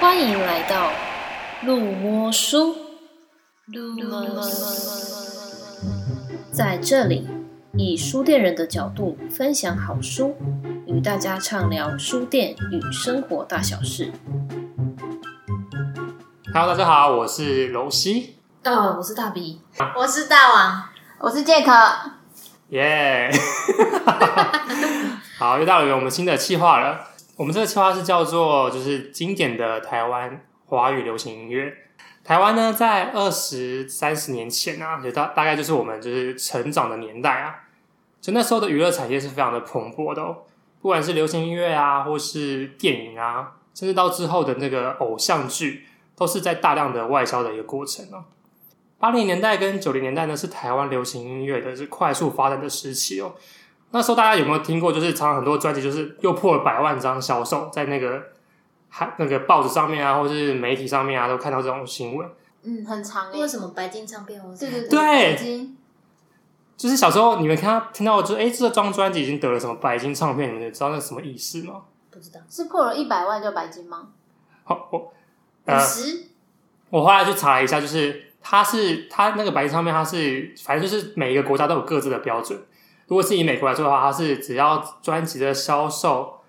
欢迎来到路摸书。在这里，以书店人的角度分享好书，与大家畅聊书店与生活大小事。 Hello，大家好，我是楼西，呃，我是大 B，我是大王，我是杰克。耶、好，又到了我们新的企划了。我们这个企划是叫做就是经典的台湾华语流行音乐。台湾呢，在二十三十年前啊，就大大概就是我们就是成长的年代啊，就那时候的娱乐产业是非常的蓬勃的、哦，不管是流行音乐啊，或是电影啊，甚至到之后的那个偶像剧，都是在大量的外销的一个过程哦。八零年代跟九零年代呢，是台湾流行音乐的是快速发展的时期哦。那时候大家有没有听过？就是常常很多专辑就是又破了百万张销售，在那个还那个报纸上面啊，或是媒体上面啊，都看到这种新闻。嗯，很长为什么白金唱片？我对对对已经就是小时候你们看到听到就是哎、诶这张专辑已经得了什么白金唱片，你们知道那是什么意思吗？不知道。是破了一百万就白金吗？好，我五呃，十、我后来去查了一下，就是它是它那个白金唱片，它是反正就是每一个国家都有各自的标准。如果是以美国来说的话，它是只要专辑的销售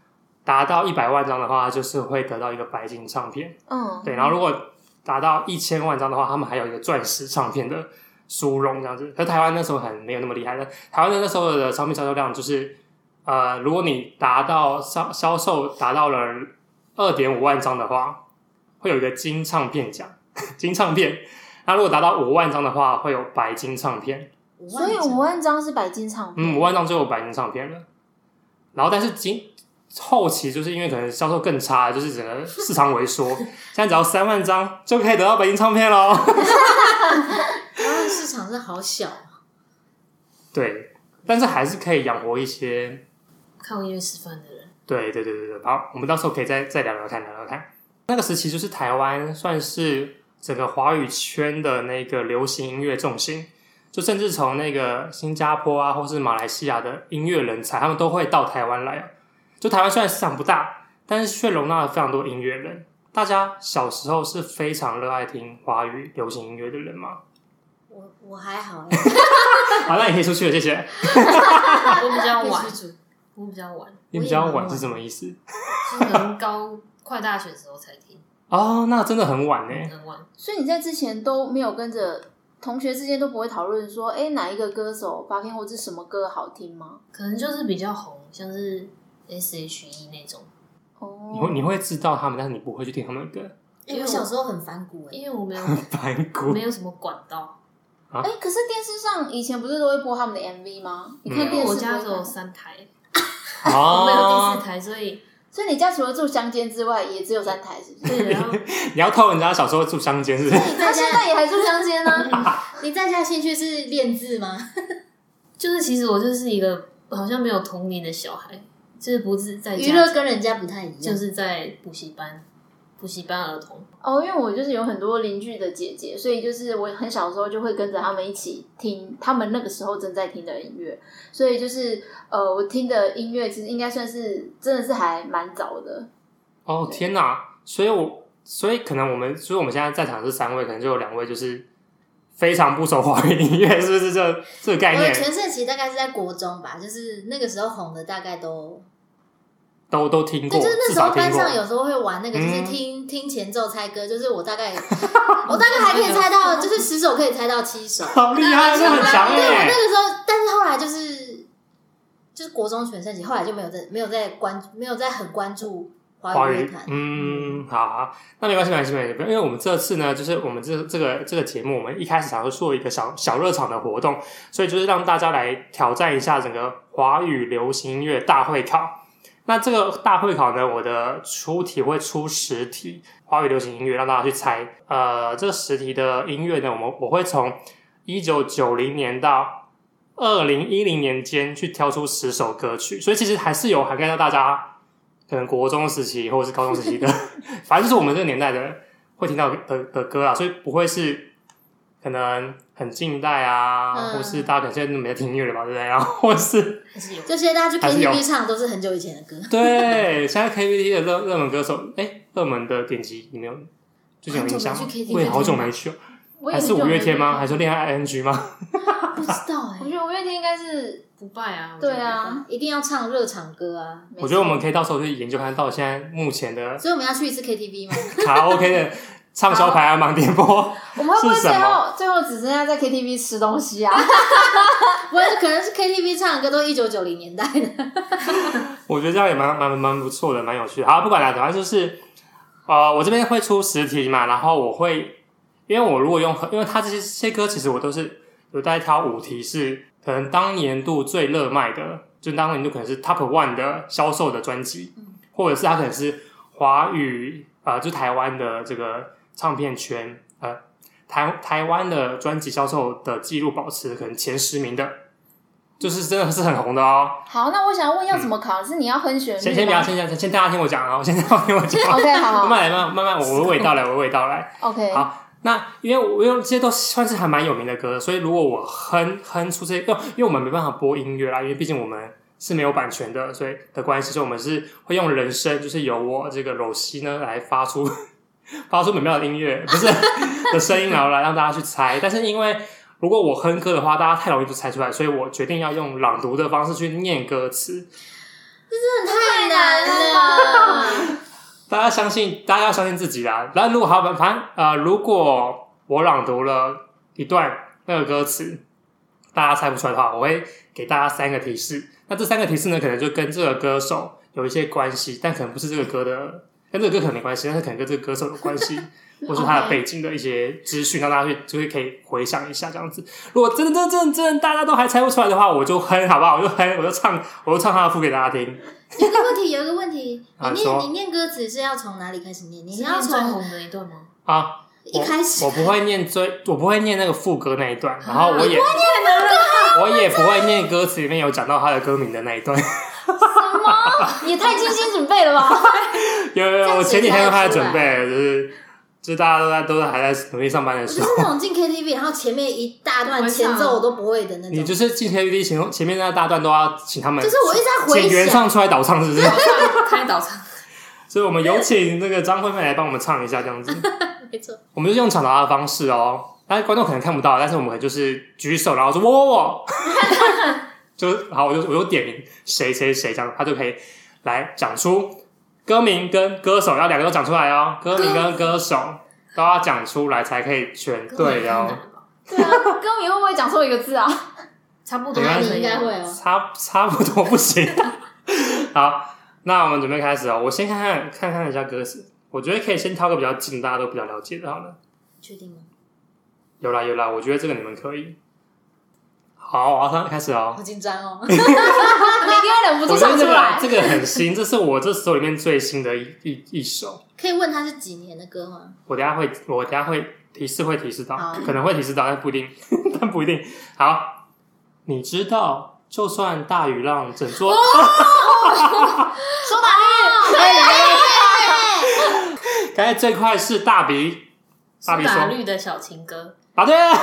达到一百万张的话，它就是会得到一个白金唱片。嗯，对，然后如果达到一千万张的话，他们还有一个钻石唱片的殊荣这样子。可是台湾那时候很没有那么厉害，但台湾的那时候的唱片销售量就是，呃，如果你达到销销售达到了二点五万张的话，会有一个金唱片奖， 金唱片。那如果达到五万张的话，会有白金唱片。五万所以五万张是白金唱片。嗯，五万张就有白金唱片了。然后，但是今后期就是因为可能销售更差，就是整个市场萎缩，现在只要三万张就可以得到白金唱片喽。台湾市场是好小啊，对，但是还是可以养活一些。靠音乐吃饭的人。对对对对对，好，我们到时候可以再再聊聊看，聊聊看。那个时期就是台湾算是整个华语圈的那个流行音乐重心，就甚至从那个新加坡啊，或是马来西亚的音乐人才，他们都会到台湾来哦。就台湾虽然市场不大，但是却容纳了非常多音乐人。大家小时候是非常热爱听华语流行音乐的人吗？我我还好欸啦，好，那你可以出去了，谢谢。我比较晚晚，我比较晚，你比较晚是什么意思？就是可能高快大学的时候才听，哦，那真的很晚呢、很晚。所以你在之前都没有跟着同学之间都不会讨论说，哎、哪一个歌手发片或者什么歌好听吗？可能就是比较红，像是 S.H.E 那种。你会哦，你会知道他们，但是你不会去听他们的歌。因为因为我我小时候很反骨哎、因为我 没有反我骨没有什么管道，哎、可是电视上以前不是都会播他们的 MV 吗？你没看有因为电视我不家会只有看，三台， 我没有第哦四！台，所以所以你家除了住乡间之外，也只有三台，是不是？对，然后你要偷人家小时候住乡 间是不是？ 他现在也还住乡间呢。你在家兴趣是练字吗？就是其实我就是一个好像没有童年的小孩，就是不是在家娱乐跟人家不太一样，就是在补习班，补习班儿童。哦，因为我就是有很多邻居的姐姐，所以就是我很小的时候就会跟着他们一起听他们那个时候正在听的音乐，所以就是呃，我听的音乐其实应该算是真的是还蛮早的。哦天哪！所以我所以可能我们，所以我们现在在场这三位，可能就有两位就是非常不熟华语音乐，是不是这这个概我的念全盛期大概是在国中吧，就是那个时候红的大概都，都都听过，对，就是那至时候少听班过上。有时候会玩那个，就是嗯听、听前奏猜歌，就是我大概我大概还可以猜到，就是十首可以猜到七首，好厉害，这很强对我那哎！个时候，但是后来就是就是国中全盛期，后来就没有在没有在关没有在很关注华华语乐语坛，，嗯，好好，那没关系，没关系，没关系，因为我们这次呢，就是我们这这个这个节目，我们一开始想要做一个小小热场的活动，所以就是让大家来挑战一下整个华语流行音乐大会考。那这个大会考呢，我的出题会出十题华语流行音乐，让大家去猜。呃，这十题的音乐呢，我们我会从一九九零年到二零一零年间去挑出十首歌曲，所以其实还是有涵盖到大家可能国中时期或者是高中时期的，反正就是我们这个年代的会听到的的歌啊，所以不会是可能很近代啊，嗯或是大家可能现在都没在听音乐了吧，对不对？然后或是还是有就现在大家去还是有 KTV 唱都是很久以前的歌。对，现在 KTV 的热热门歌手，哎、热门的典籍，你没有最近有印象吗好久没去 KTV 我也好久了没去哦，我也还很是久没五月天吗？去还是恋爱 ING 吗？不知道哎、我觉得五月天应该是不败啊！对，啊，一定要唱热场歌啊！我觉得我们可以到时候去研究看到现在目前的所以我们要去一次 KTV 吗？卡 OK 的畅销排行榜点播。我们会不会是最什后么最后只剩下在 KTV 吃东 西啊？不是，可能是 KTV 唱的歌都一九九零年代的。 我觉得这样也蛮蛮蛮不错的，蛮有趣的。好，不管了，反正就是，呃，我这边会出实体嘛，然后我会，因为我如果用，因为它这些这些歌其实我都是有带挑五题是可能当年度最热卖的，就当年度可能是 Top One 的销售的专辑，或者是它可能是华语啊、呃，就台湾的这个唱片圈呃。台台湾的专辑销售的记录保持可能前十名的，就是真的是很红的哦。好，那我想问要怎么考？是你要哼旋律吗？，嗯先先不要，先先先大家听我讲啊，我先大家听我讲 OK，慢好好慢来，慢慢慢慢，我娓娓道来，我娓娓道来。 OK，好那因为我用这些都算是还蛮有名的歌，所以如果我哼哼出这个，因为我们没办法播音乐啦，因为毕竟我们是没有版权的，所以的关系，所以我们是会用人声，就是由我这个柔西呢来发出 发出美妙的音乐，不是的声音，然啊后来让大家去猜。但是因为如果我哼歌的话，大家太容易就猜出来，所以我决定要用朗读的方式去念歌词。太难了，大家相信，大家要相信自己啦。然后如果好，反正呃，如果我朗读了一段那个歌词，大家猜不出来的话，我会给大家三个提示。那这三个提示呢，可能就跟这个歌手有一些关系，但可能不是这个歌的，跟这个歌可能没关系，但是可能跟这个歌手有关系，或是他的背景的一些资讯，让大家去就是可以回想一下这样子。如果真的真的真的真的大家都还猜不出来的话，我就哼好不好？我就哼，我就唱，我就唱他的副给大家听。有一个问题，有一个问 题，你啊念说你念歌词是要从哪里开始念？你你要要最从红的一段吗？啊，一开始我不会念最，我不会念那个副歌那一段，然后我啊也我也不会念歌词里面有讲到他的歌名的那一段。 什么？也太精心准备了 吧！有有有，我前几天这样写都还在出来准备，就是就是大家都在都在还在努力上班的我时就候是，那种进 KTV，然后前面一大段前奏我都不会的那你种。就是进 KTV 前前面那大段都要请他们，就是我一直在请回原想，唱出来倒唱，是啊不是？开导唱，所以我们有请那个张惠妹来帮我们唱一下，这样子。 没错，我们就是用抢答的方式哦，但是观众可能看不到，但是我们就是举手，然后说“我我 我”，就是好，我就我就点名谁谁谁这样，他就可以来讲出歌名跟歌手，要两个都讲出来哦，歌名跟歌手都要讲出来才可以全对的哦。对啊，歌迷会不会讲错一个字啊？差不多没关系你应该会哦。差差不多不行。 好，那我们准备开始哦，我先看看看看一下歌词，我觉得可以先挑个比较近，大家都比较了解的好了。确定吗？有啦有啦，我觉得这个你们可以。好，我要开始哦好。紧张哦。每个人忍不我住觉得唱这出个来。这个很新，这是我这首里面最新的一一一首。可以问他是几年的歌吗？我等一下会，我等一下会提示会提示到好，可能会提示到，但不一定， 但不一定。好，你知道，就算大雨让整座，苏哦打绿， 刚才最快是大鼻，大苏鼻打说绿的小情歌，答对了，哇，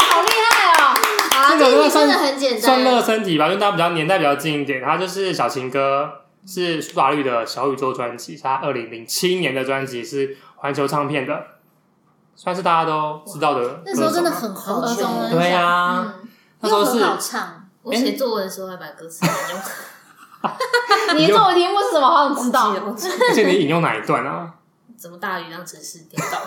好厉害哦！ 好啦， 这个这题算真的很简算热单。身体吧，因为大家比较年代比较近一点，它就是小情歌，是苏打绿的小宇宙专辑，是他二零零七年的专辑，是环球唱片的，算是大家都知道的。那时候真的很红歌手哎，对啊，嗯，那时候又很是好唱。我写作文的时候还把歌词引用， 你作文题目是什么？好想知道忘记。了忘记了而且你引用哪一段啊？怎么大雨让城市颠倒？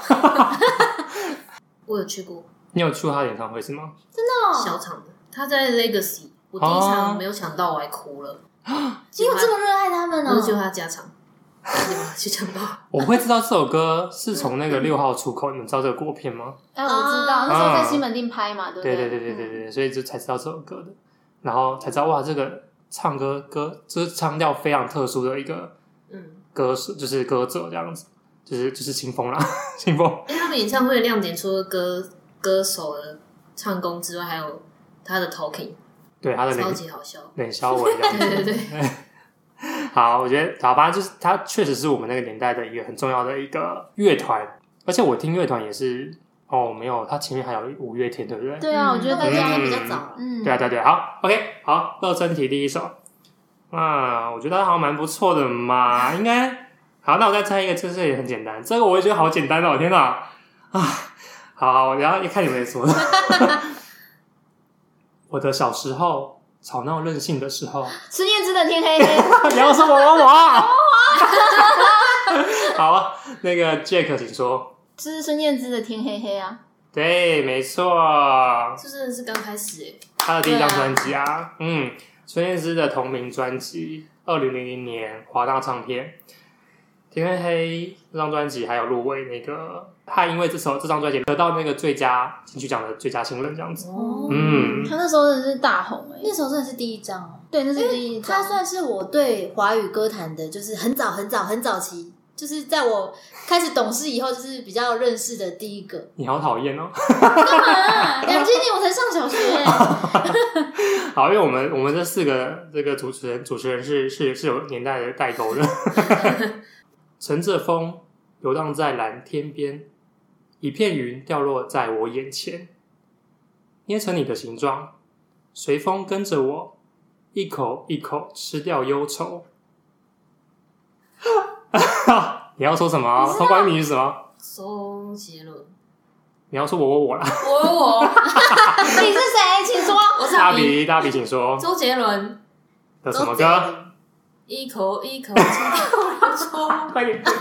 我有去过你有去过他的演唱会是吗？哦小场的，他在 Legacy，我第一场没有抢到，我还哭了。你有这么热爱他们我是去哦？他家 场，你把去抢到。我会知道这首歌是从那个六号出口，你们知道这个国片吗？哎，我知道，那时候在西门町拍嘛，对不啊对对对对嗯对对对，所以就才知道这首歌的，然后才知道哇，这个唱歌歌就是腔调非常特殊的一个嗯，歌手，就是歌者这样子，就是就是清风啦， 清风。因为他们演唱会的亮点除了歌歌手的唱功之外，还有他的 talking，对他的超冷级好笑。冷笑伟这样对子。对对，好，我觉得好，反正就是他确实是我们那个年代的一个很重要的一个乐团，而且我听乐团也是哦，没有，他前面还有五月天，对不对？对啊，我觉得大五月家天比较早，嗯，对啊，对啊对啊，好，OK，好，热身题第一首，那我觉得好像蛮不错的嘛，应该好，那我再猜一个，这个也很简单，这个我也觉得好简单哦，天哪！啊，好好，然后一看你们说， 我的小时候吵闹任性的时候， 孙燕姿的《天黑黑》你要说啊我我我， 好，啊那个 Jack 请说，这 是孙燕姿的《天黑黑》啊，对，没错，这真的是刚开始哎，他的第一张专辑啊，嗯，孙燕姿的同名专辑，二零零零年华纳唱片，《天黑黑》这张专辑还有入围那个，他因为这首这张专辑得到那个最佳金曲奖的最佳新人这样子，哦嗯，她那时候真的是大红哎、那时候真的是第一张哦。对，那是第一它张。算是我对华语歌坛的，就是很早很早很早期，就是在我开始懂事以后，就是比较认识的第一个。你好讨厌哦。啊两千年我才上小学、好，因为我们我们这四个这个主持人主持人是是是有年代的代沟的。 乘着风游荡在蓝天边，一片云掉落在我眼前，捏成你的形状，随风跟着我，一口一口吃掉忧愁。 你要说什么？通关谜语是什么？周杰伦，你要说我我我啦，我我你是 谁？请说。 我是大阿明，比大比，请说周杰伦，的什么歌？一口一 口吃掉我快点，的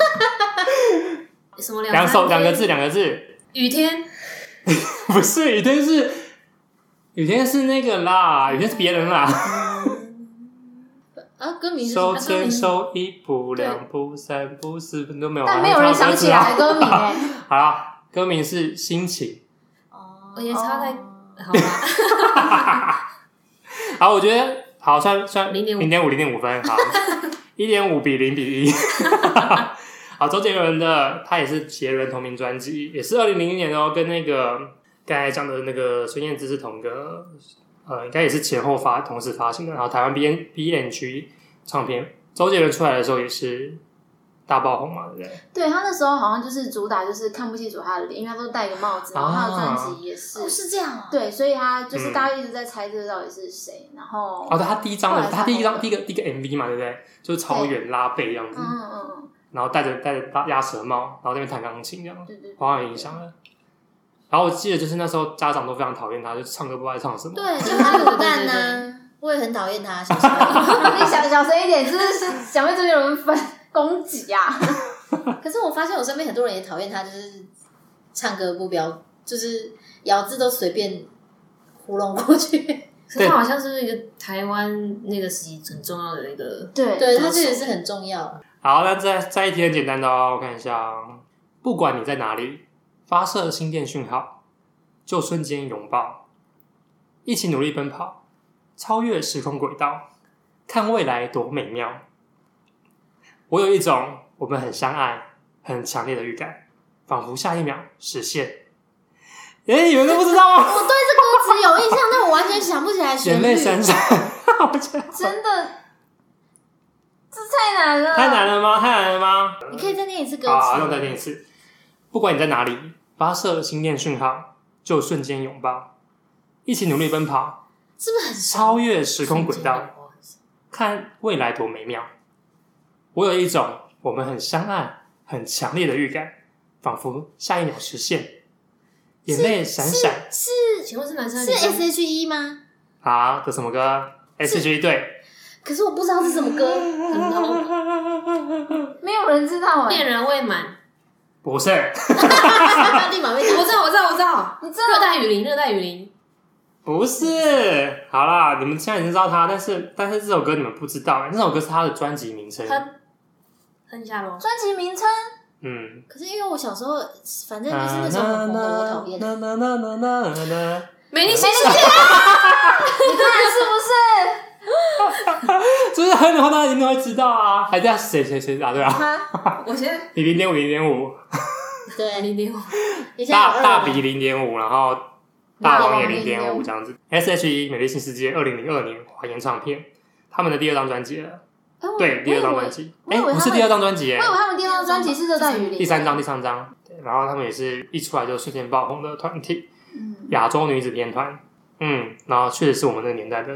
什么两三首两个天字，两个字。雨天， 不是雨天是雨天是那个啦，雨天是别人啦。啊，歌名是什收么？签收一步两步三步四步都没有啊，但没有人想起来歌名 哎、唱歌词啊。好啦，歌名是心情。哦我也差太哦好 啦，好，我觉得好，算算0.5零点五零点五分， 好，一点五比零比一。 好，周杰伦的他也是杰伦同名专辑，也是二零零一年哦，跟那个刚才讲的那个孙燕姿是同个，呃，应该也是前后发同时发行的。然后台湾 B N B N G 唱片，周杰伦出来的时候也是大爆红嘛，对不对？对他那时候好像就是主打就是看不清楚他的脸，因为他都戴个帽子，然后他的专辑也是，哦是这样啊。，对，所以他就是嗯大家一直在猜这个到底是谁，然后哦，对，他第一张后的，来才他第一张红的第一个第一个 M V 嘛，对不对？就是超远拉背这样子嗯，嗯嗯，然后戴着戴着大鸭舌帽，然后在那边弹钢琴这样。对对，对好像影响了。然后我记得就是那时候家长都非常讨厌他，就唱歌不知道在唱什么。对，就他卤蛋对呢，我也很讨厌他。小时候 你小小声一点，是不是想被周杰伦粉攻击啊？ 可是我发现我身边很多人也讨厌他，就是唱歌不标，就是咬字都随便糊弄过去。可是他好像是一个台湾那个时期很重要的那个，对对他这个是很重要。好，那再再一题很简单的哦，我看一下哦，不管你在哪里，发射心电讯号，就瞬间拥抱，一起努力奔跑，超越时空轨道，看未来多美妙。我有一种我们很相爱、很强烈的预感，仿佛下一秒实现。哎，你们都不知道吗？我对这歌词有印象，但我完全想不起来旋眼律。泪闪闪，我 觉得真的，这太难了，太难了呃吗？太难了吗？你可以再念一次歌词。啊，那我再念一次。不管你在哪里，发射心电讯号，就瞬间拥抱，一起努力奔跑，是不是很超越时空轨道，哦看未来多美妙。我有一种我们很相爱、很强烈的预感，仿佛下一秒实现。眼泪闪闪是请问是男生还是是女 S 生？ H E 吗？啊，这什么歌？S G 对，可是我不知道是什么 歌。很红没有人知道哎、恋人未满，不是，立马被我知道，我知道，我知道，你知热道带雨林，热带雨林，不是。好啦，你们现在已经知道它，但是但是这首歌你们不知道、欸，那首歌是他的专辑名称。哼，哼一下喽。专辑名称？嗯，可是因为我小时候，反正就是那种很红的，我讨厌。啊那那那那那那那， 美丽新世你看是不是？就是很的话，大家一定会知道啊。还在谁谁谁答对啊？啊，我先 你零点五零点五，对，零零五，你现在有大二大了比零点五，然后大王也零点五0.5这样子。S.H.E 美丽新世界二零零二年华研唱片，他们的第二张专辑了，哎我对，第二张我以专为辑，我以哎，为不他是们第二张专辑，哎我以为他们第二张专辑是《热带雨林》，第三张，第三张。对然后他们也是一出来就瞬间爆红的团体，嗯，亚洲女子天团。嗯，然后确实是我们那个年代的，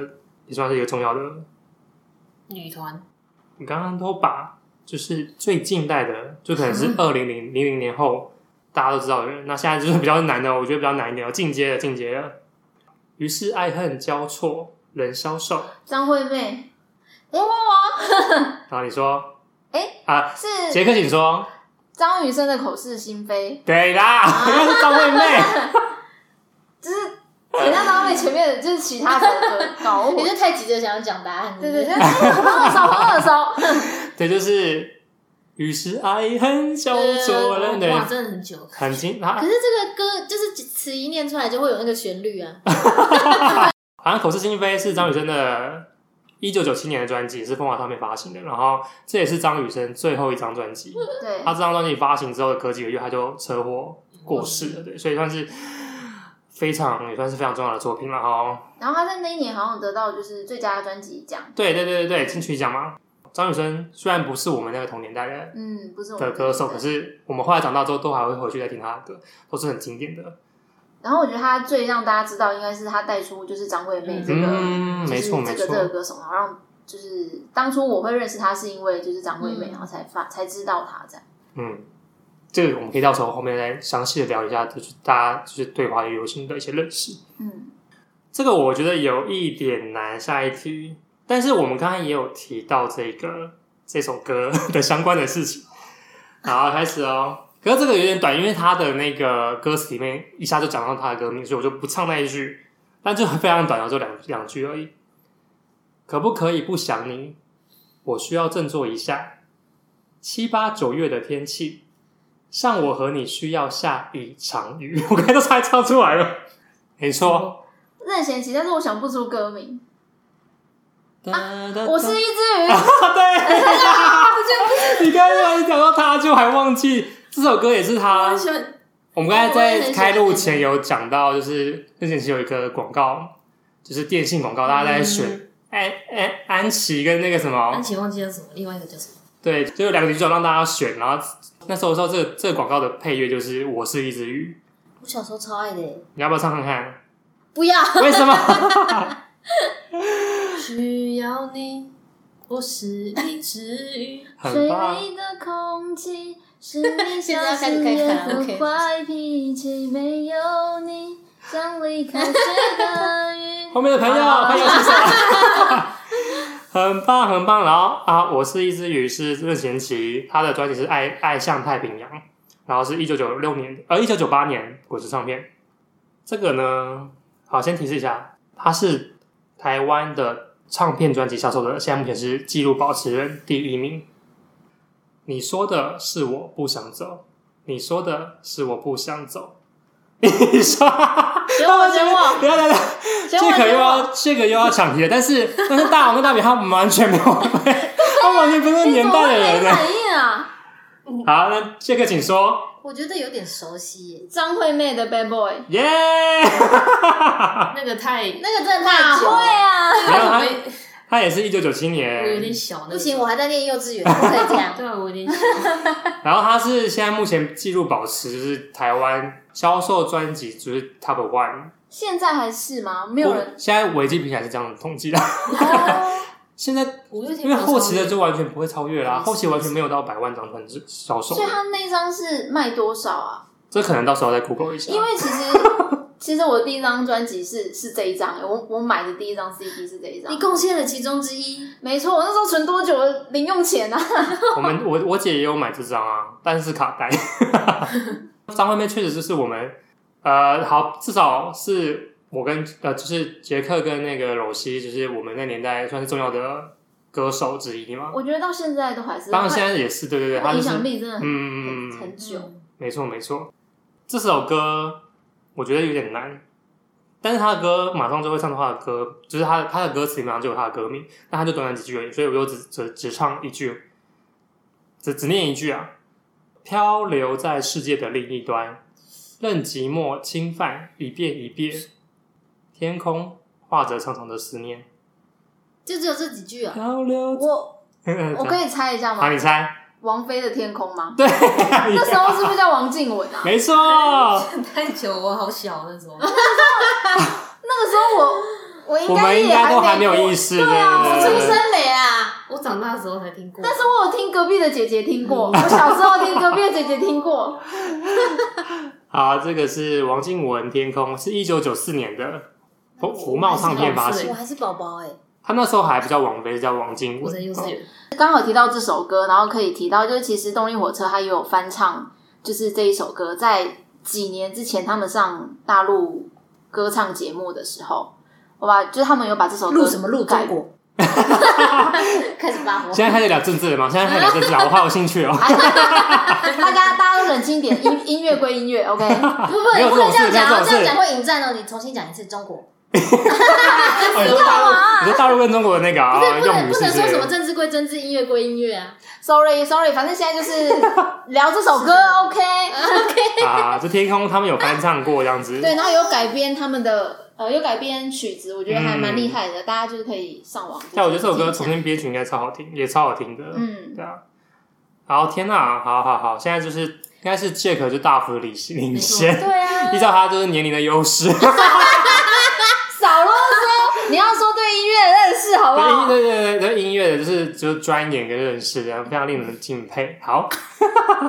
也算是一个重要的。女团，你刚刚都把就是最近代的，就可能是二零零零零年后大家都知道的人。那现在就是比较难的，我觉得比较难一点，进阶的进阶的。于是爱恨交错，人消瘦。张惠妹然后你说哎啊，是杰克，请说。张雨生的口是心非，对啦，张惠妹。就是人家张惠妹前面的就是其他首歌搞你混。就太急着想要讲答案，对对 对，好耳熟，好耳熟。对，就是于是爱恨交错了，对，呃哇，真的很久。很经，啊可是这个歌就是词一念出来就会有那个旋律 啊，好像《口是心非》是张雨生的一九九七年的专辑，是凤凰唱片发行的，然后这也是张雨生最后一张专辑。对，他这张专辑发行之后的隔几个月，他就车祸嗯过世了，对，所以算是非常也算是非常重要的作品了哈。然后他在那一年好像得到就是最佳专辑奖。对对对对对，金曲奖嘛。张雨生虽然不是我们那个同年代的嗯，不是我们的歌手，可是我们后来长大之后都还会回去再听他的歌，都是很经典的。然后我觉得他最让大家知道，应该是他带出就是张惠妹这个，嗯，就没是错没这个这个错，歌手，然后让就是当初我会认识他是因为就是张惠妹，嗯然后才发才知道他这样。嗯，这个我们可以到时候后面再详细的聊一下，就是大家就是对华语流行的一些认识。嗯，这个我觉得有一点难，下一题。但是我们刚才也有提到这个这首歌 的相关的事情。好，开始哦。可是这个有点短，因为它的那个歌词里面一下就讲到它的歌名，所以我就不唱那一句。但就非常短哦，就两两句而已。可不可以不想你？我需要振作一下。七八九月的天气，像我和你需要下一场雨。 我刚才都差点唱出来了，没错。任贤齐，但是我想不出歌名。我我是 一只鱼，啊对，你刚才讲到他，就还忘记这首歌也是我他很。喜欢，我们刚才在开录前有讲到，就是之前是有一个广告，就是电信广告，大家在选安安安琪跟那个什么安，琪忘记叫什么，另外一个叫什么？对，就有两个女主角让大家选，然后那时候说这个这个广告的配乐就是《我是一只鱼我小时候超爱的耶》，，你要不要唱看看？不要，为什么？需要你，我是一只鱼。很水棒，里的空气是 你现消在要开始失开卡也拉 OK 不坏脾气，没有你像离开水的鱼。后面的朋友，好朋友是谁？很棒，很棒。然后啊，我是一只鱼，是任贤齐，他的专辑是爱《爱向太平洋》，然后是一九九六年，呃，一九九八年滚石唱片。这个呢，好，先提示一下，它是台湾的唱片专辑销售的，现在目前是纪录保持人第一名。你说的是我不想走，你说的是我不想走， 你说，选我，选我，不要等等。选这我，个又选我。要这个又要抢题了，但是但是大王跟大饼他们完全没有，他们完全不是年代的人 你怎么会没呢。反应啊！好，那这个请说， 我觉得有点熟悉耶，张惠妹的 Bad Boy，耶！ 那个太，那个真的哪太久了，啊？没有他我也他也是一九九七我嗯有点年，小，那个不行，我还在念幼稚园，不可以这 样。对啊，我有点小。然后他是现在目前记录保持就是台湾销售专辑就是 top one，现在还是吗？没有人。哦现在维基平台是这样统计的， 现在五月天因为后期的就完全不会超越哦啦，后期完全没有到百万张专辑销售所以，他那张是卖多少啊？这可能到时候再 Google 一下，因为其实其实我第一张专辑是是这一张，欸我我买的第一张 CD 是这一张你。贡献了其中之一，没错，我那时候存多久的零用钱啊？ 我们我我姐也有买这张啊，但是卡带。 张惠妹确实就是我们呃，好，至少是我跟呃，就是杰克跟那个柔西，就是我们那年代算是重要的歌手之一嘛。我觉得到现在都还是。当然现在也是，对对对，他它的就影是响力真的很嗯，很很久。没错没错。这首歌我觉得有点难，但是他的歌马上就会唱到他的歌，就是他的他的歌词里面马上就有他的歌名，那他就短短几句而已，所以我就只只只唱一句，只只念一句啊。漂流在世界的另一端，任寂寞侵犯，一遍一遍。天空画着长长的思念，就只有这几句啊。漂流。我我可以以猜一 下好，吗？你猜？王菲的《天空》 吗？对，那时候是不是叫王静雯啊？ 没错。太久，我好小那时候。那个时候我我 我应该们应也该都还没有过意识，对啊，我对出对对生没啊？我长大的时候才听过。但是我有听隔壁的姐姐听过，我小时候听隔壁的姐姐 听过，好，这个是王靖雯《天空》，是一九九四年的福福茂唱片发对行我。还是宝宝 哎，他那时候还不叫王菲，叫王靖我在雯。幼稚园，啊刚好提到这首歌，然后可以提到，就是其实动力火车它也有翻唱，就是这一首歌，在几年之前他们上大陆歌唱节目的时候，我把就是他们有把这首歌录什么录改中国？开始发火，哦现在开始聊政治了吗？现在开始聊政治了，我好有兴趣哦。大家大家都冷静一点，音 音乐归音乐，OK。不不，你没有不这能种这样事讲没有啊，这种这样事讲会引战哦。你重新讲一次中国，哦你说大陆，你说大陆跟中国的那个啊不是，不用能语不是能不说什么是？政治归政治，音乐归音乐啊。 Sorry Sorry，反正现在就是聊这 首歌，OK。啊，这《天空》他们有翻唱过这样子。对，然后有改编他们的呃，有改编曲子，我觉得还蛮厉害的，大家就是可以上网。但我觉得这首歌自己重听一下新编曲应该超好听，也超好听的。嗯，对啊。好，天哪，好好好，现在就是应该是 Jack 就大幅领先领先，对啊，依照他就是年龄的优势。少啰嗦，你要说对音乐的认识好不对音好？对对对对音乐的，就是就是专业跟认识，然后非常令人敬佩。好，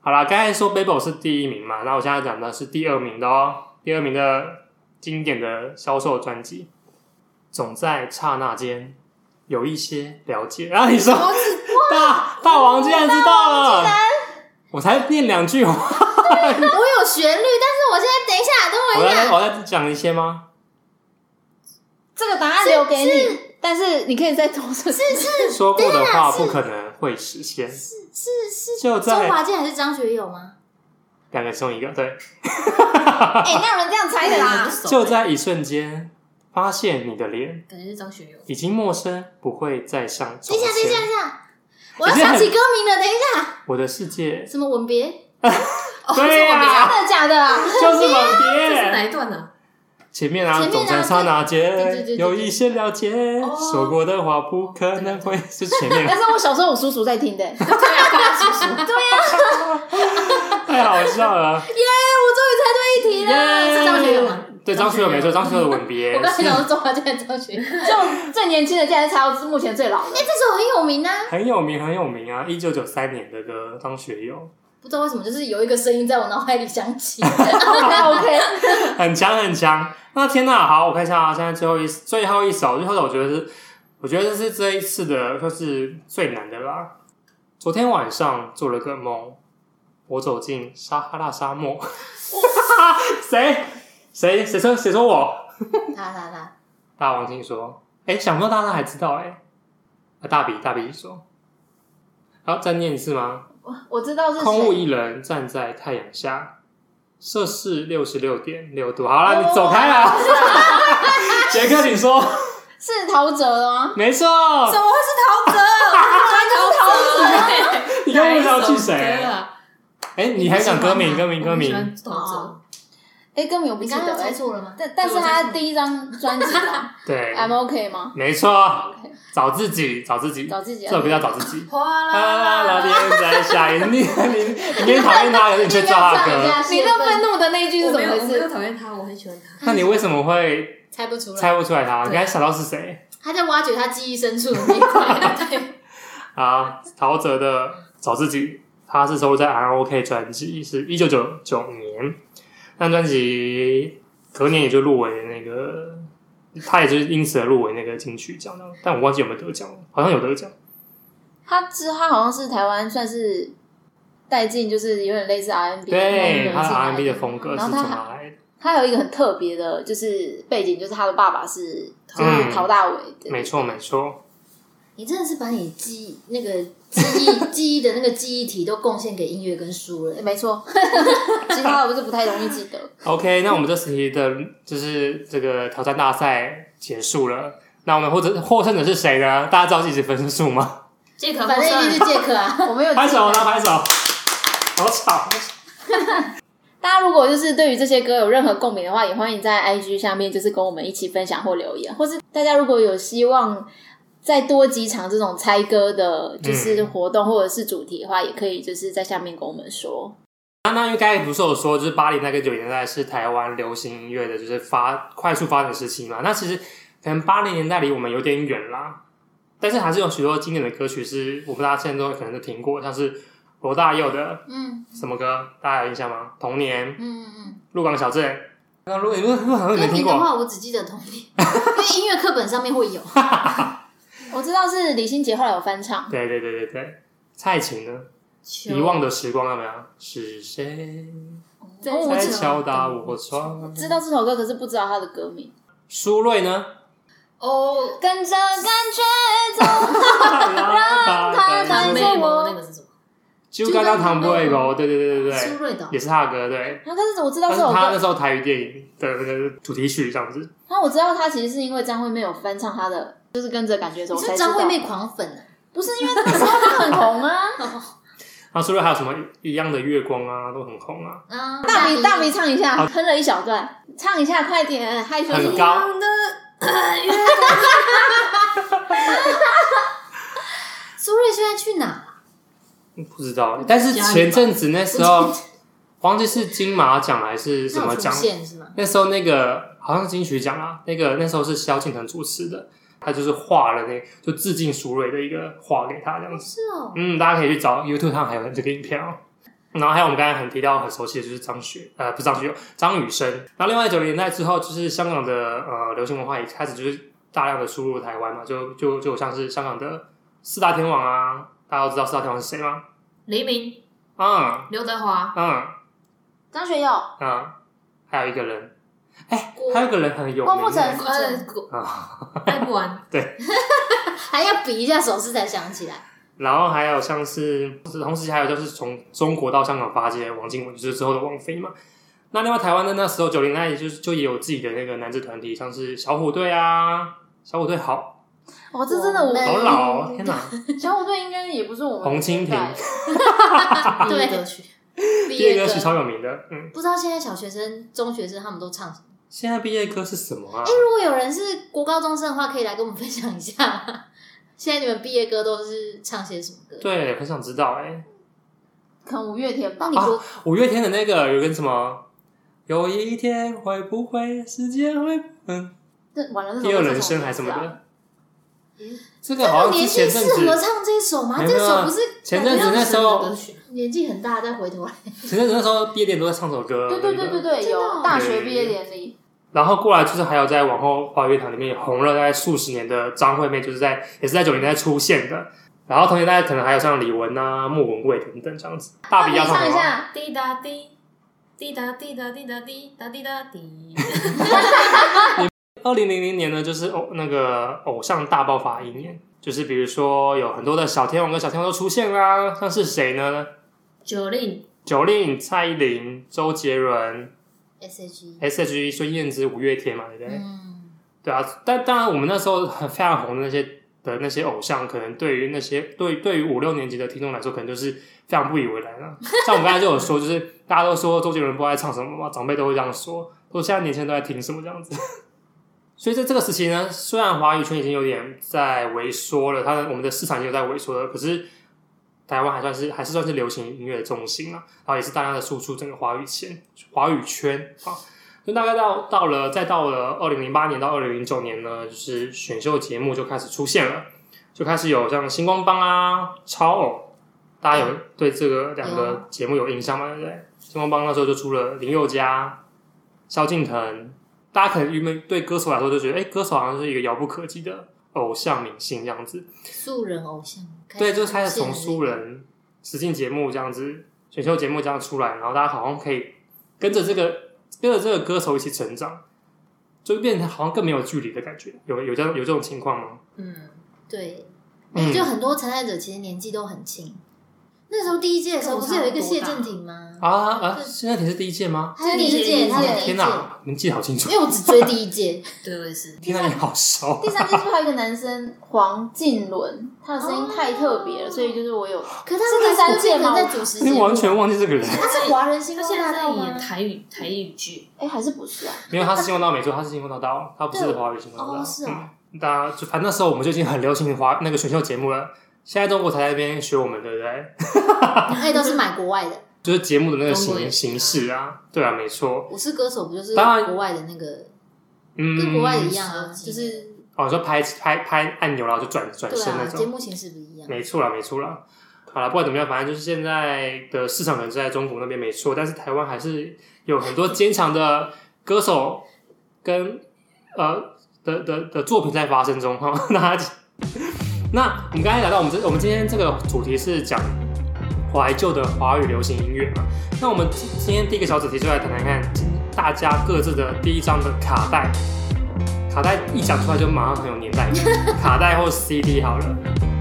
好啦，刚才说 Babel 是第一名嘛，那我现在讲的是第二名的哦，第二名的经典的销售专辑，总在刹那间有一些了解。然后你说大大王竟然知道了，我才念两句话，我有旋律，但是我现在等一下，我等我一再下，我再讲一些吗？这个答案留给你，但是你可以再多说。是是，说过的话不可能会实现，是是就周在华健还是张学友 吗？欸两个其中一个对。哎，哪有人这样猜的啦不？熟就在一瞬间，发现你的脸感觉是张学友。已经陌生，不会再像等从一下，等一下，等前。一下，我要想起歌名了。等一下，我的世界，什么吻 别？哦对呀、真的假的啊？就是这是吻哪别。一段呢？前面啊，前面啊总在刹那对对对间对对有一些了解，哦说过的话不可能会是前面 但，是我小时候我叔叔在听的，太好笑了。我终于猜对一题了，是张学友吗？？对，张学友没错，张学友的吻 别我刚才是想说周华健、张学友，哎，就最年轻的竟然猜到是目前最老 的这。首很有名啊，很有名，很有名啊！一九九三年的歌，张学友不知道为什么，就是有一个声音在我脑海里响 起。 OK OK，很强很强。那天呐，好，我看一下啊，现在最后一最后一首，最后一首我觉得是，我觉得这是这一次的就是最难的啦。昨天晚上做了个梦，我走进撒哈拉沙漠， 谁谁谁说谁说我？他他 他，大王听说，哎、想不到大家还知道哎、啊大比大比说，好，再念一次吗？我知道是空无谁。一人站在太阳下，摄氏六十六点六度。好啦，哦你走开啦！杰克，你说是陶喆哦的吗？没错，怎么会是陶喆？ 你刚刚不知道哪一去首谁歌？啊？哎，你还讲歌名？歌名？歌我不喜名？欢陶喆，哎，歌名我不你记刚得刚猜哎，错了吗？但但是他第一张专辑 啊对， I'm OK 吗？没错，找自己，找自己，找自己啊这首歌叫找自己。哗啦啦啦啦啦，啦，天在下雨，你 你你你讨厌他，可是你却叫他你要唱一歌下，你那愤怒的那一句是我怎没么有，回我没有事？讨厌他，我很喜欢他。那你为什么会猜不出来，猜不出来他？你刚才想到是谁？他在挖掘他记忆深处的那一 块。对，啊，陶喆的《找自己》，它是收录在 R O K 专辑，是一九九九年。那专辑隔年也就入围那个，他也就是因此而入围那个金曲奖，但我忘记有没有得奖了，好像有得奖。他之他好像是台湾算是带进，就是有点类似 RMB 对，的他的风格进 R 来 N B 的风格是从哪来的？他有一个很特别的，就是背景，就是他的爸爸是就是嗯陶大伟的，没错，没错。你真的是把你记忆那个记忆记忆的那个记忆体都贡献给音乐跟书了。没 错。其他的我是不太容易记得。 OK，那我们这十题的就是这个挑战大赛结束了。那我们或者获胜者是谁呢？大家知道自己的分数吗？杰克反获正一定胜是，杰克啊， 我没有记得拍手，大家拍手，好吵。大家如果就是对于这些歌有任何共鸣的话，也欢迎在 IG 下面就是跟我们一起分享或留言，或是大家如果有希望再多几场这种猜歌的，就是活动或者是主题的话，也可以就是在下面跟我们说。那那因为刚才不是有说，就是八零代跟九零年代是台湾流行音乐的，就是发快速发展时期嘛。那其实可能八零年代离我们有点远啦，但是还是有许多经典的歌曲是我们大家现在都可能都听过，像是罗大佑的嗯什么歌，大家有印象吗？童年、嗯嗯鹿港小镇。那如果你们如果很多人歌哎没听名的过，话，我只记得童年，因为音乐课本上面会有。嗯，我知道是李心洁后来有翻唱，对对对对对，蔡琴呢？遗忘的时光有没有？是谁哦我在知敲打我窗？知道这首歌，可是不知道它的歌名。苏芮呢？哦，跟着感觉走，他他唐没梅有摩那个是什么？就刚刚唐不会狗，对对对对苏对，芮的哦也是他的歌，对。啊，但是我知道但这是首他那歌，时候台语电影的那个主题曲这样子，那我知道他其实是因为张惠妹有翻唱他的，就是跟着感觉走。你我才是知道张惠妹狂粉啊？不是因为那个时候她很红啊，那啊苏芮还有什么一样的月光啊，都很红啊，啊，大米大米唱一下，哼了一小段，唱一下，快点，害羞一很点。高。苏芮现在去哪？不知道，但是前阵子那时 候，忘记是金马奖还是什她么有出奖，现是吗？那时候那个好像是金曲奖啊，那个那时候是萧敬腾主持的，他就是画了那就致敬苏芮的一个画给他这样子。是哦，嗯，大家可以去找 YouTube 上还有这个影片哦。然后还有我们刚才很提到很熟悉的就是张学，呃，不是张学友，张雨生。然后另外九零年代之后，就是香港的呃流行文化也开始就是大量的输入台湾嘛，就就就像是香港的四大天王啊，大家都知道四大天王是谁吗？黎明、嗯刘德华、嗯张学友、嗯，还有一个人，哎、还有一个人很有名郭富城哎呃， 啊，爱哎不完，还要比一下手势才想起 来。然后还有像是，同时还有就是从中国到香港发迹的王靖雯，就是之后的王菲嘛。那另外台湾的那时候九零代，就是就也有自己的那个男子团体，像是小虎队啊，小虎队好哦，这真的我我们们好老哦，天哪！小虎队应该也不是我们红蜻蜓第一对歌曲，毕毕业业歌歌曲超有名的，嗯，不知道现在小学生、中学生他们都唱什么。现在毕业歌是什么啊？如果有人是国高中生的话，可以来跟我们分享一下， 现在你们毕业歌都是唱些什么歌？对，很想知道哎、可能五月天吧那。你国五月天的那个有跟什么？有一天会不会时间会嗯，这完了，第二人生还是什么的。的？这个好像是年纪前适阵合子，唱这首吗？没这有啊首不是前阵子那时歌候，曲年纪很大，再回头来，前阵子那时候毕业典礼都在唱这首歌，对对对对对，真的哦有大学毕业典礼，然后过来就是还有在往后华语乐坛里面也红了大概数十年的张惠妹，就是在也是在九零年代出现的。然后同年代可能还有像李玟啊、莫文蔚等等这样子。大哦你比要唱唱什一么？下，滴答滴，滴答滴答滴答滴答滴答滴。二零零零年呢，就是偶那个偶像大爆发一年，就是比如说有很多的小天王跟小天后都出现啦、像是谁呢？ 九令九令、蔡依林、周杰伦、 S.H.E。 S.H.E、孙燕姿、五月天嘛，对不对？嗯，对啊，但当然，我们那时候很非常红的那些的那些偶像，可能对于那些对对于五六年级的听众来说，可能就是非常不以为然了、像我们刚才就有说，就是大家都说周杰伦不知道在唱什么嘛，长辈都会这样说，说现在年轻人都在听什么这样子。 所以在这个时期呢，虽然华语圈已经有点在萎缩了，它的我们的市场也有在萎缩了，可是台湾还算是还是算是流行音乐的重心啊，然后也是大量的输出整个华语圈，华语圈啊。就大概到到了，再到了二零零八年到二零零九年呢，就是选秀节目就开始出现了，就开始有像星光帮啊、超偶，大家有对这个两有个节目有印象吗？对不对？星光帮那时候就出了林宥嘉、萧敬腾，大家可能原本对歌手来说就觉得，哎、歌手好像是一个遥不可及的偶像明星这样子，素人偶像。对，就是开始从素素。人实境节目这样子、选秀节目这样出来，然后大家好像可以跟着这个跟着这个歌手一起成长，就变成好像更没有距离的感觉。有有这样有这种情况吗？嗯，对，嗯就很多参赛者其实年纪都很轻。那时候第一届的时候，不是有一个谢振廷吗？啊啊！现在你是第一届吗？他是第一届，他是第一哦天届。哪，你们记得好清楚因！为我只追第一届，对，我也是。天哪，你好熟第三季是不是还有一个男生黄靖伦，他的声音太特别了，所以就是我有可是第他三届吗吗？在主持节你目完全忘记这个人。他是华人星他光现在大在道吗演？台语台语剧，哎还是不是啊？没有，他是星光大道没错，他是星光大道，他不是对华语星光大道。哦是哦嗯大家就反正那时候我们就已经很流行华那个选秀节目了，现在中国才在那边学我们，对不对？哎，都是买国外的，就是节目的那个中国也形是形式啊，对啊，没错，我是歌手，不就是当然国外的那个，嗯，跟国外一样啊，嗯就是哦，你说拍拍拍按钮，然后就转转对身那啊，种，节目形式不一样。没错啦，没错啦。好了，不管怎么样，反正就是现在的市场可能是在中国那边没错，但是台湾还是有很多坚强的歌手跟呃的的的作品在发生中哈。 那那我们刚才聊到我们这我们今天这个主题是讲怀旧的华语流行音乐嘛，那我们今今天第一个小主题就来谈谈看大家各自的第一张的卡带。卡带一讲出来就马上很有年代感，卡带或 CD 好了。